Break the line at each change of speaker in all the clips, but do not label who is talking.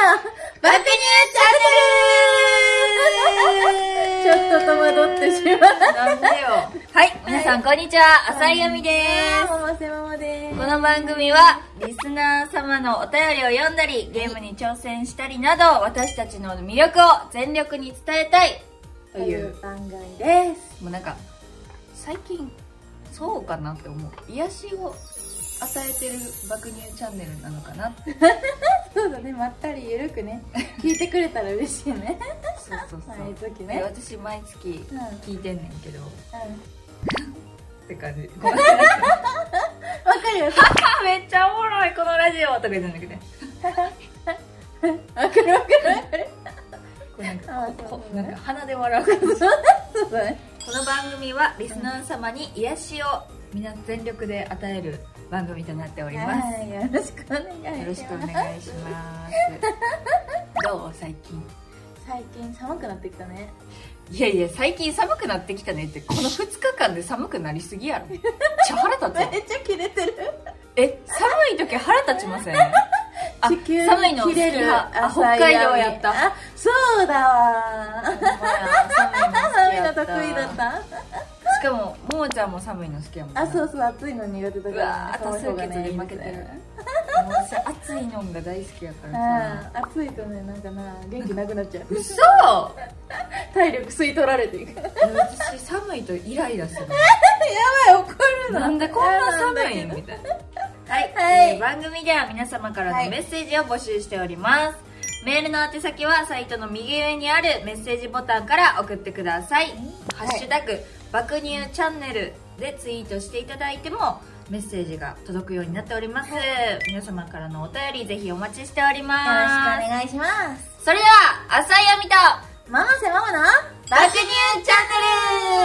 バックニューチャンネル
ちょっと戸惑ってしまう。
なんでよ。はい、皆さんこんにちは、浅井亜美です。
ママセママで
この番組は、リスナー様のお便りを読んだり、ゲームに挑戦したりなど、私たちの魅力を全力に伝えたい。
す。
という、
番組です。
もうなんか、最近、そうかなって思う。癒しを与えてる爆乳チャンネルなのかな って。
そうだね、まったりゆるくね、聞いてくれたら嬉しいね。
そうそうそう。
毎月
で
ね。
私、毎月
うん、うん。
聞いてんねんけど、って感 じ。
わかるよ。わ
あめっちゃおもろいこのラジオとか言ってんだけどね
かるわかるわかる。
これなんか
あ
こ
そう
な
だ
んか
ね。
鼻で笑うこ
そうだね。
の番組はリスナー様に癒しを皆全力で与える番組となっております、
はい、よろしくお願いします。
よろしくお願いします どう最近
最近寒くなってきたね。
いやいや最近寒くなってきたねってこの2日間で寒くなりすぎやろめっちゃ腹
め
立つわ
っちゃ切れてる。
え寒い時腹立ちませんあ
地球
寒いの好き
切れる
派あ北
朝
海
や
道やった
あ、そうだ
ほ
わ
ん。まや
寒
寒
い
いの
の
好
得
きや
意だった
しかもももちゃんも寒いの好きやもんな
あ、そうそう、暑いの苦手だか
うわ
ら
ー
ね。そういう方がね
多数決で負けてるもう私暑いのが大好きやからさ
ああ暑いとねなんかな元気なくなっちゃう
嘘
体力吸い取られ ていくやばい
私寒いとイライラする
怒るの
なんでこんな寒い
嫌
ん
なんだ
みたいなはい、
はい
えー番組では皆様からのメッセージを募集しております、メールの宛先はサイトの右上にあるメッセージボタンから送ってください「ハッシュタグ爆乳チャンネル」でツイートしていただいてもメッセージが届くようになっております、皆様からのお便りぜひお待ちしており
けどよろ
ます
しくお願いします
それでは浅井亜美と
ママセママの
爆乳チャ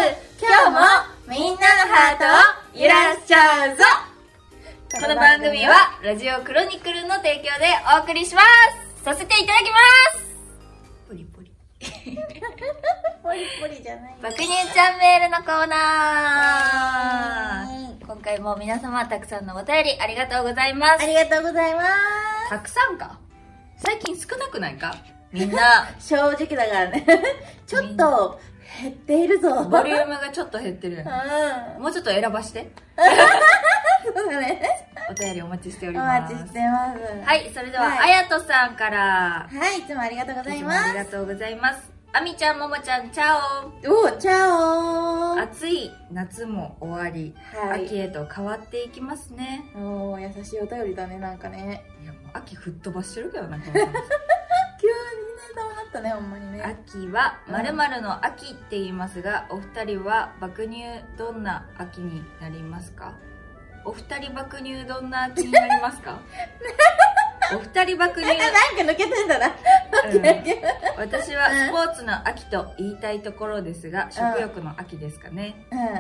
ンネル
今日もみんなのハートを揺らしちゃうぞ
この番組はラジオクロニクルの提供でお送りしますさせていただきますポリポリ
ポリポリじゃない
爆乳チャンネルのコーナー今回も皆様たくさんのお便りありがとうございま
あ
す
りがとうございま
たくさんか最近少なくないかみん な
す正直だからねちょっと減っているぞ
ボリュームがちょっと減ってるよ
う
ね
ん
もうちょっと選ばして
そうだね
お便りお待ちしてお
お
りま
待
す
ちしてます
はいそれでは、
はい
あやとさんから
はいいつもありがとうございま
いつもあり
す
がとうございますあみちゃんももちゃんチャオ
おーチャオー
暑い夏も終わり、
はい
秋へと変わっていきますね
おー優しいお便りだねなんかね
いやもう秋吹っ飛ばしてるけどな
急にねダメだったねほんまにね
秋は〇〇の秋って言いますがお二人は爆乳どんな秋になりますかお二人爆乳どんな秋になります かお二人爆乳、
なんか抜けてんだな
うん
抜けてる
私はスポーツの秋と言いたいところですが食欲の秋ですかね、
うんうんうん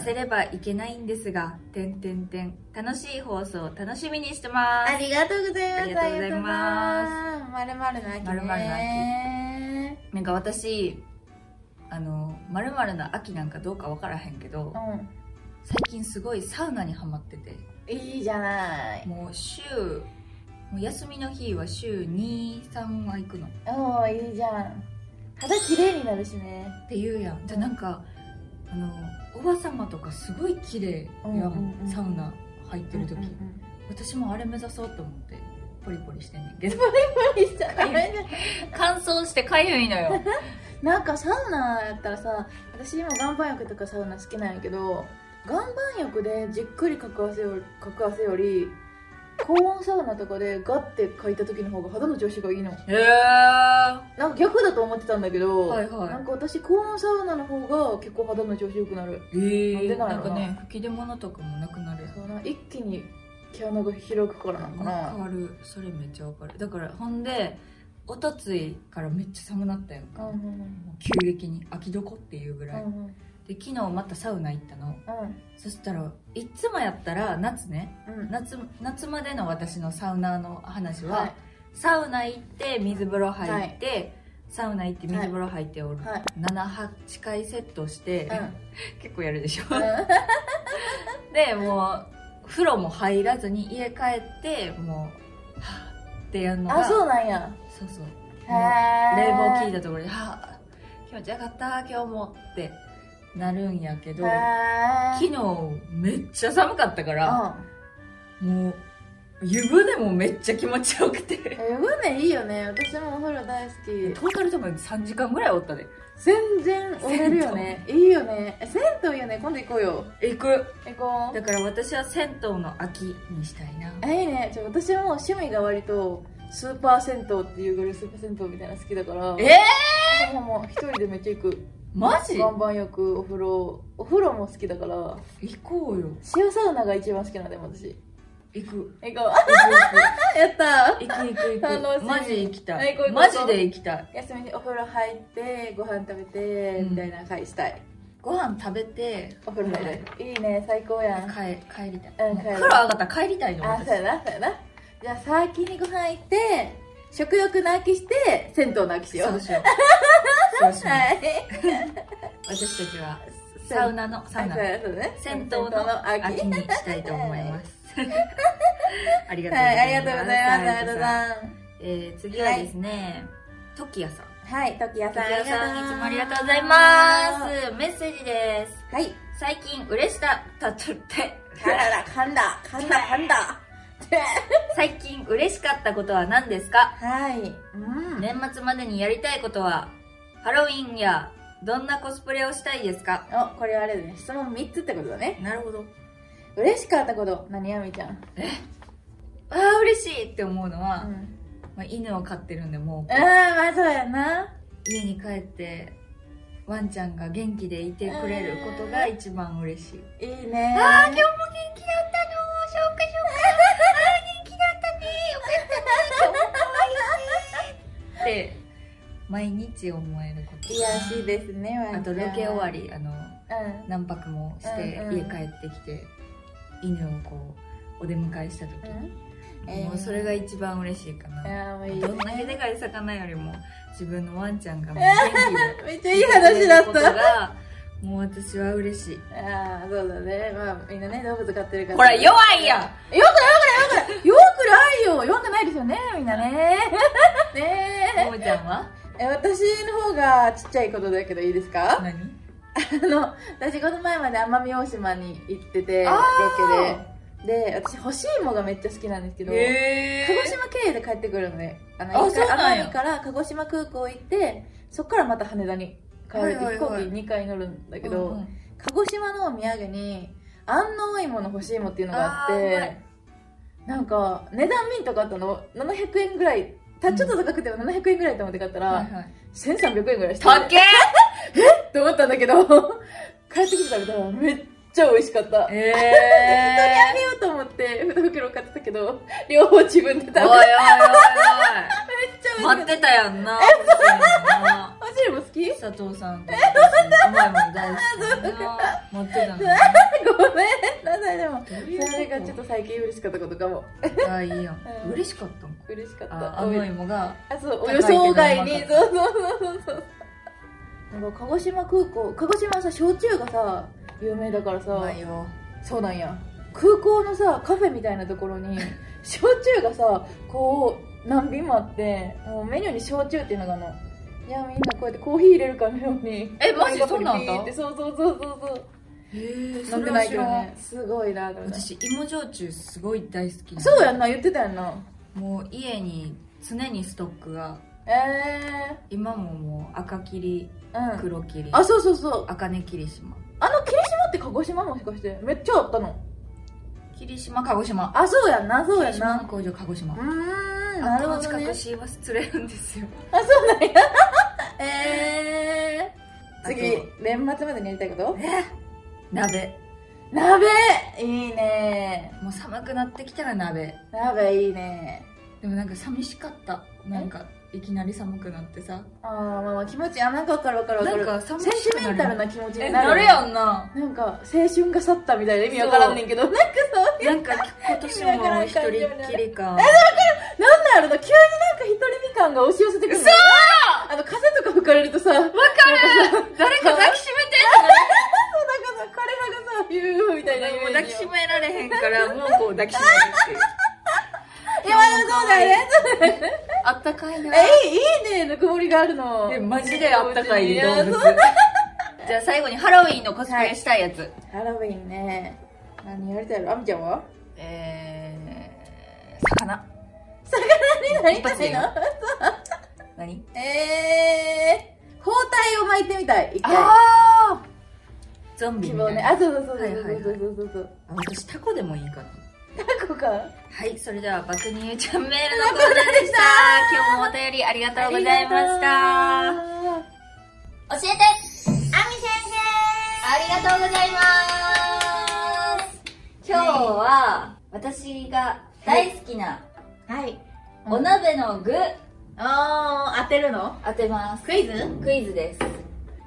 痩せればいけないんですが、てんてんてん。楽しい放送楽しみにしてま
あ
す。
りがとうございます
ありがとうございます
まるまるの秋ね
丸々のなんか私、あの、まるの秋なんかどうかわからへんけど、最近すごいサウナにハマってて、
うんいいじゃない
もう週、もう休みの日は週2、3は行くの。っ
おーいいじゃん肌綺麗になるしね
て言うやん。じゃなんか、あの、おばさまとかすごい綺麗やん、
うんうんうん
サウナ入ってる時、
うんうんうん
私もあれ目指そうと思って、ポリポリしてんねんけど。
いいじゃんあれね
乾燥してかゆいのよ。
なんかサウナやったらさ私今岩盤浴とかサウナ好きなんやけど岩盤浴でじっくりかく汗よりかく汗より高温サウナとかでガッてかいた時の方が肌の調子がいいの
へー。
なんか逆だと思ってたんだけど、
はいはい
なんか私高温サウナの方が結構肌の調子良くなる
えー、
なんでなんやろ
か
な
ね吹き出物とかもなくなる
そうな一気に毛穴が開くからなのか
わか
な
るそれめっちゃわかるだからほんでおとついからめっちゃ寒なったやんか、
うんうん
もう急激に秋どこっていうぐ
うんう
らい、
ん
で昨日またサウナ行ったのそしたらいつもやったら夏ね
うんうん
夏夏までの私のサウナーの話は、
はい
サウナ行って水風呂入って、サウナ行って水風呂入っておる、
はい
78回セットして、
うん
結構やるでしょ、
う
でもう風呂も入らずに家帰ってもうはぁってやるの
ん
が
あそうなんや
そうそう
へへ
冷
ー
房聞いたところで「はあ気持ちよかった今日も」ってなるんやけど昨日
へ
めっちゃ寒かったから
ー
もう湯船もめっちゃ気持ちよくて
うん湯船いいよね私もお風呂大好き
トータル多分3時間ぐらいおったで
全然折れるよねいいよねえ銭湯いいよね今度行こうよ
行く
行こ
だから私は銭湯の秋にしたいな
うえいいねじゃあ私も趣味が割とスーパー銭湯っていうぐらいスーパー銭湯みたいなの好きだから
え
もうもう一人でめっちゃ行く
マジ
岩盤浴お風呂お風呂も好きだから
行こうよ
塩サウナが一番好きなんで私
行く
行こうやった
行く行く行く
楽しみ
マジ行きた
はい行こ
い
う行こう
マジで行きたい
休みにお風呂入ってご飯食べて
うん
みたいな会したい、
ご飯食べて
お風呂でいいね最高やんあ
帰帰りたい
うん帰
風
る
呂上がったら帰りたいの
そうやなそうやなじゃあ先にご飯行って食欲の秋して銭湯の秋しよう
そうしようそうしよ
はいう
私たちはサウナのサウナ
あそうやそうね
銭湯の秋に行きたいと思います ありがとうご
はい
ざいます
ありがとうございますありがとうございます
えー次はですね、トキヤさん
はい、ときやさ
ト
ん。
キヤさんいつもありがとうございますメッセージです
す。はい。
最近嬉しかったとって
あらら、噛んだ、噛んだ、噛んだ。
最近嬉しかったことは何ですか
はい。うん。
年末までにやりたいことはハロウィンやどんなコスプレをしたいですか
お、これはあれだね。質問3つってことだね。
なるほど
嬉しかったこと。何やみちゃん。
ああ嬉しいって思うのは、
うん。
まあ、犬を飼ってるんでも
うん、まあそうやな。
う家に帰ってワンちゃんが元気でいてくれることが一番嬉しい
いい
ああ今
ね。
日も元気だったのそうかそうかああー元気だったねよかったね今日も可愛いねって毎日思えること
癒しいですね、ワ
あ
ンち
と
ゃん
ロケ終わ。りあの
うん。
何泊もして
うんうん
家帰ってきて犬をこうお出迎えした時
うん
もうそれが一番嬉しいか
い
な
やーもういい
どんだけで
ね。
かい魚よりも自分のワンちゃんがもう元気で
めっちゃいい話だ
こ
っ
と
た。
がもう私は嬉しい
ああ、そうだね。まあみんなね、動物飼ってるから。
ほら弱いやん
よくないよくないよくないよくないよよくないですよねみんな ねね
ももちゃんは
ええ私の方がちっちゃいことだけどいいですか
何
あの私この前まで奄美大島に行ってて
あ
ロ
ー
ケでで私干し芋がめっちゃ好きなんですけど、
え
鹿児島経由で帰ってくるのであの
あ
一回
そうなんや
奄美から鹿児島空港行ってそこからまた羽田に帰る、
はいはいはい
飛行機2回乗るんだけど、
うんうん
鹿児島のお土産に安納芋の干し芋っていうのがあっ
あーうま
て
い
なんか値段見んとかあったの700円ぐらいたちょっと高くても700円ぐらいと思って買ったら、
はいはい
1300円ぐらいして
たけ
と思ったんだけど 帰ってきて食べたらめっちゃ美味しかった
え
え
え
ようと思って2袋買ってたけど両方自分で食べ
おい
た
おいおい
めっちゃ美
お
味し
い
か
待
っ
ったてたやん な欲しいのな
お汁も好き
佐藤さんと私甘いもの大好きやな持ってたのね
ごめんなさいでも
どういうこと
それがちょっと最近嬉しかったことかも
あいいやん
うん
嬉しかったもん
嬉しかった
あ甘いもが
あそうお
高いけ
予
ど
想外に
うま
そうそうそうそうなんか鹿児島空港鹿児島はさ焼酎がさ有名だからさ、
よ
そうなんや空港のさカフェみたいなところ に焼酎がさこう何瓶もあってもうメニューに焼酎っていうのがあんのいやみんなこうやってコーヒー入れるかのように
えマジ
紙コッ
そ
プに
んなんあった
ピーってそうそうそうそう
へえ
そう飲んでないけどねすごいなと思って
私芋焼酎すごい大好きなの
そうやんな言ってたやんな
もう家に常にストックが
え
今ももう赤霧
えー、うん
黒霧
あそうそうそう
赤根霧島
あの霧島って鹿児島もしかしてめっちゃあったの
霧島鹿児島
あそうやんなそうや
霧
ん
島の
な
工場鹿児島
うーん
あ
な
こ
る
の
ほど
近
ね
くシーバス釣れるんですよ
あそうなんやえー、次
あと
年末までにやりたいこと
え鍋
鍋いいね
もう寒くなってきたら鍋
鍋いいね
でもなんか寂しかったなんかいきなり寒くなってさ
あーまあまあ気持ちあなんか分かる分かる分かる
なんか寂し
センチ
くなる
メンタルな気持ちになる
なるやんな
なんか青春が去ったみたいな意味分からんねんけどなんかそう
なんか今年ももう一人っきり か
なんだろうな急になんか独り身感が押し寄せてくるのあの風とか吹かれるとさなんか
誰か抱きしめて
さ彼らがさビューみたいなイメ
もう
ージ
抱きしめ られへんからもうこう抱きしめるっていう
いやまあそうだよね
あったかいな
えいいいねぬくもりがあるの
えマジであったかい
い
ね
や
動
そ
物
うハ
じゃあ最後にハロウィンのコスプレしたいやつ、
ロウィンね何やりたいのあみちゃんは
えー魚
何やり
一
た
発で
い
いいの
の
何
えー包帯を巻いてみたい一回
ああゾンビ
希
みた
望
い
ね
な、
あそうそうそうそう
はいはいはい
そうそうそうそう
あ私タコでもいいかな
タコか
はいそれでは爆乳ちゃんメールのコーナーでした 今日もお便りありがとうございました
教えてあみ先生ありがとうございます今日は私が大好きな
はい
お鍋の具
あー当てるの
当てます
クイズ
クイズです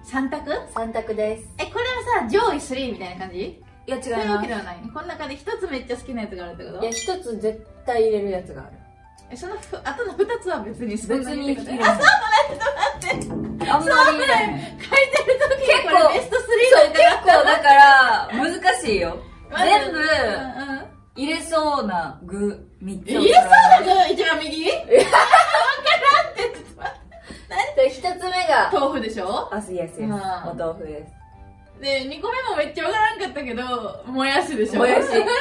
三択
三択です
えこれはさ上位3みたいな感じ
いや違い
そういうわ
ま
け
す
ではないこの中で一つめっちゃ好きなやつがあるってこ
いや
と
一つ絶対入れるやつがある
えそのふあとの二つは別にそん
別
な
に
に
入
ってこ
れ
と
るああんまり入れない結構
書いてる時これベスト
そう
3
結構だから難しいよ全部
うんうん
入れそうな具3つ
入れそうなの一番右分からんってちょっと待って
で一つ目が
豆腐でしょ
あ、すやすや
まあ
お豆腐で
で2個目もめっちゃ分からんかったけどもやしでし
す。
ょ。
もやし
そ
そ
こ
れ
は
か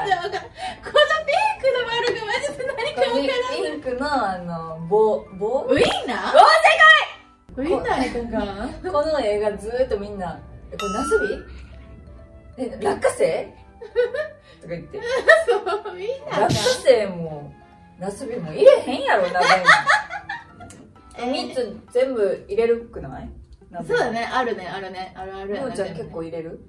ら
じゃあ分からんこのピンクの丸がマジで何か
この
分
ピ
からん
ンクの、あの、棒、棒
ウインナー
お
ウインナーとか
この映画ずーっとみんな、えこれナスビえ、落花生とか言って。
そうウイン
落
ナー
花生も、ナスビも入れへんやろ、鍋に。3
え
つ全部入れるくない
ーそうだ。ねあるねあるねあるある
鍋
や
も
ね
うちゃん結構入れる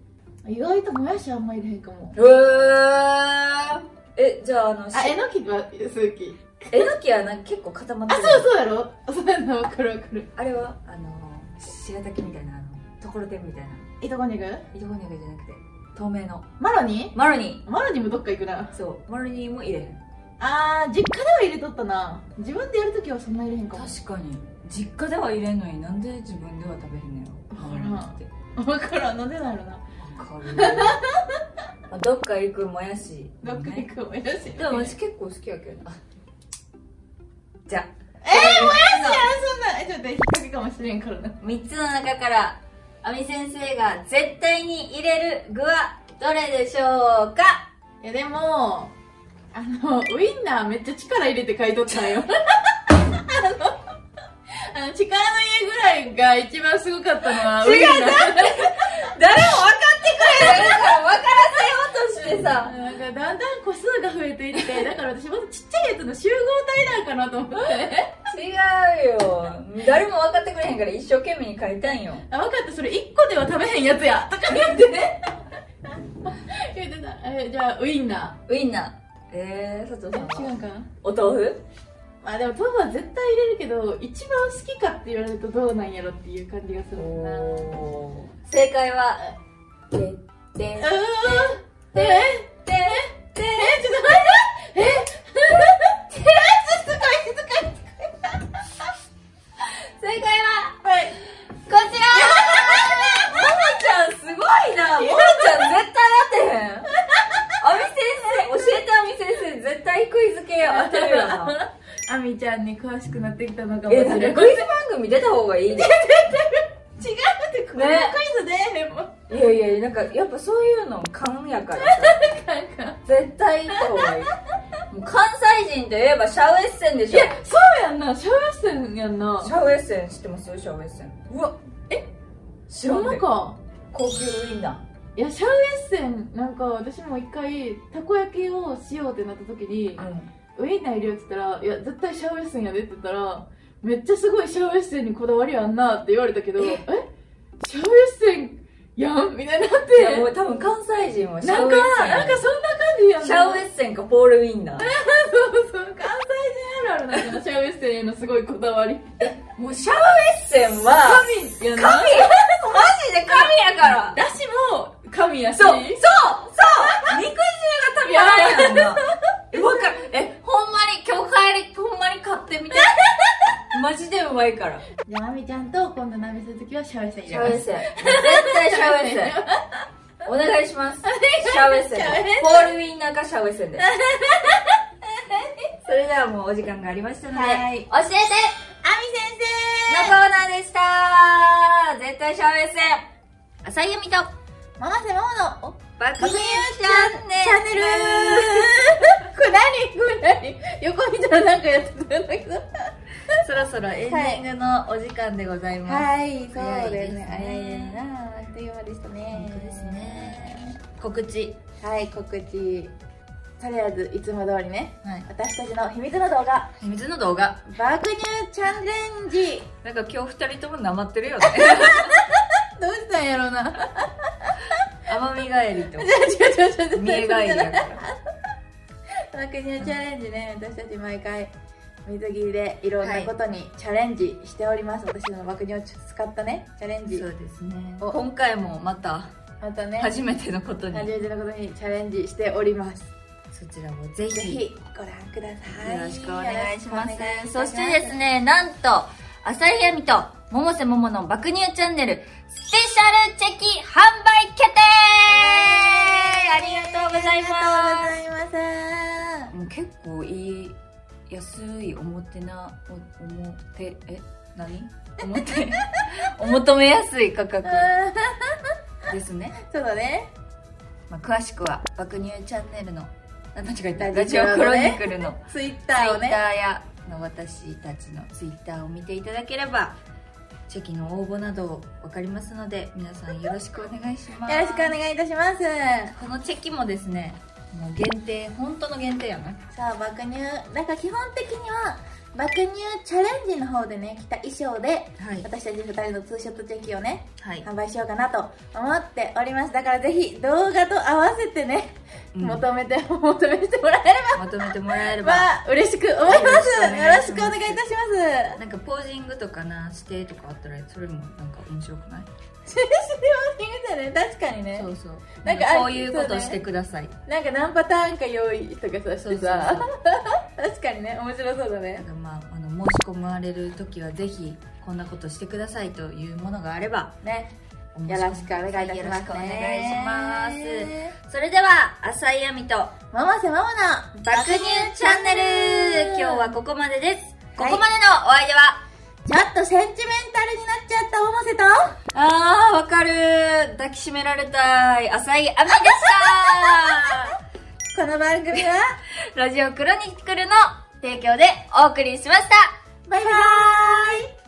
意外ともやしあんまり入れへんかも
うーえ、じゃあ、あの、し
あえのきは好き
えのきはなんか結構固まって
あ
る
そうそうやろそうやな分かる分かる
あれはあの白滝みたいなあのところてんみたいない
とこに行く
糸こんにゃくじゃなくて透明の
マロニ
マロニ
ーマロニーもどっか行くな
ーそうマロニーも入れへん
あー実家では入れとったな自分でやるときはそんな入れへんかも
確かに実家では入れんのになんで自分では食べへんのやろ
わか
マ
ら
ロ
ん
ニーって
分からんなんでなんやろな
わか るまあどっか行くもやし
どっか行くもやし
でも私結構好きやけどあじゃあ
そんなえちょっと引っ掛けかもしれんからな
3つの中からあみ先生が絶対に入れる具はどれでしょうか
いやでもあのウインナーめっちゃ力入れて買い取ったん よあのあの力の家ぐらいが一番すごかったのはウインナー
誰も分かってくれないから分からせようとしてさ
なんかだんだん個数が増えていってだから私もっとちっちゃいやつの集合体なんかなと思って
違うよ誰も分かってくれへんから一生懸命に書いたんよ
あ分かったそれ1個では食べへんやつやとか言ってね言ってたえじゃあウインナ
ウインナーえー、佐藤
ー
さん
違
は
うかな
お豆腐
まあでも豆腐は絶対入れるけど一番好きかって言われるとどうなんやろっていう感じがするもんなう
正解はてって
ーん
てっ
え
てて
えちょっと待ってええちょっと待ってちょっと待って
正解は
はい
こちらももちゃんすごいなももちゃん絶対当てへんあみ先生教えてあみ先生絶対クイズ系当てるよな
あみちゃんに詳しくなってきたのかもし
え、
れ
な
なんい
か
違
ク
うって
イズ番組出た方がいいね。
このクイズでえもう
いやいや、なんかやっぱそういうの勘やからさ、
なんか
絶対行った方がいい。もう関西人といえばシャウエッセンで
い
しょ
や。、そうやんな、シャワーしてんやんな。
シャウエッセン知ってますシャウエッセン。うわ、え知らん
なん
で
か、
高級ウインナ
いや、シャウエッセン、なんか私も一回、たこ焼きをしようってなった時に、
ー。
ウインナーいるよって言ったら、いや、絶対シャウエッセンやでって言ったら、めっちゃすごいシャウエッセンにこだわりあんなって言われたけど、えシャウエッセンやんみたいになっ
いや、も
て、
う多分関西人はシャ
なん
ウエッセ
か、
ン
な
や
んかそんな感じやんな。
シャウエッセンかポールウインナー。
そうそう、関西人あるあるなんだな、シャウエッセンへのすごいこだわり。
もうシャウエッセンは、
神や
神
な。
マジで神やから
だしも神やし。
そう、そう、そう、肉汁が食べられないんだ。えわかる。え、ほんまに、今日帰り、ほんまに買ってみ て。マジでうまいから。
じゃあ、あみちゃんと今度鍋するときはシャウエッセン
シャウエッセン。絶対シャウエッセン。お願いします。シャウエッセン。ポールウィンナーかシャウエッセンです。それれではもうお時間がありましたので、
はい
教えて
先生
のコーナーでした絶対シャウエッセン浅井由美と
ママセママのお
爆乳チャンネル
チャンネル
これ何これ何横見たらなんかやってたんだけど。
そろそろエンディングのお時間でございます、
はい、
早
そ
いうで
ですす
ね
ね。あれなあ、あっという間でしたね。
本当ですね。告知
はい、告知。
とりあえず、いつも通りね。
はい
私たちの秘密の動画、
秘密の動画
爆乳チャレンジ。
なんか今日二人ともなまってるよね
どうしたんやろう な。
奄美帰りと
違う違う違う違う。
三重帰りだから
爆乳チャレンジね、私たち毎回。水着でいろんなことにチャレンジしております、私の爆乳を使ったねチャレンジ
そうですね
お
今回もまた
またね
初めてのことに
初めてのことにチャレンジしております
そちらもぜひ
ぜひご覧ください
よろしくお願いします
よろくお願いいたし
そしてですねなんと朝日闇と百瀬桃の爆乳チャンネルスペシャルチェキ販売決定ありがとうござい
あ
ま
りがとうございます
すもう結構いい安いおもてなおおもてえ何 おもてお求めやすい価格
あ
ですね
ーそうだね
まあ、詳しくは爆乳チャンネルのあ間違えたラ
ラ
ジ
ジ
オ
オ
ク
ク
ロ
ロ
ニ
ニ
クルの
ツイッ
ツイ
ターを
ッター
ね
やの私たちのツイッターを見ていただければチェキの応募など分かりますので皆さんよろしくお願いします
よろしくお願いいたします
このチェキもですねもう限定本当の限定やな
さあ爆乳なんか基本的には爆乳チャレンジの方でね着た衣装で
はい、
私たち2人のツーショットチェキをね
はい、
販売しようかなと思っておりますだからぜひ動画と合わせてね、
うん
求めてお求めてもらえれ
まとめてもらえれ
ば
ば
嬉しく思いますよ
よ
ろ
ろし
し
く
く
お
お
願
願
い
い
い
い
た
た
し
しま
なんかポージングとかな指定とかあったらそれもなんか面白くない
すセクシーモーニングだね確かにね
そうそうな
なんん
か
かあ
こういうこと
そう
を
ね
してください
なんか何パターンか用意とかさし
そう
て
そうそう
さ 確かにね面白そうだ
だ
ね
からまあ、あの申し込まれる時はぜひこんなことしてくださいというものがあれば
ね
お申
よ
込み
ろしくお願いいたします、ね、
よろしくお願いしますそれでは浅井亜美と
ママせママの
爆乳チャンネル今日はここまでですこ
はい
こまでのお相手は、
ちょっとセンチメンタルになっちゃったママせと
あーわかる抱きしめられたい浅井亜美でし
この番組は
たラジオクロニクルの提供でお送りしました
バイバーイ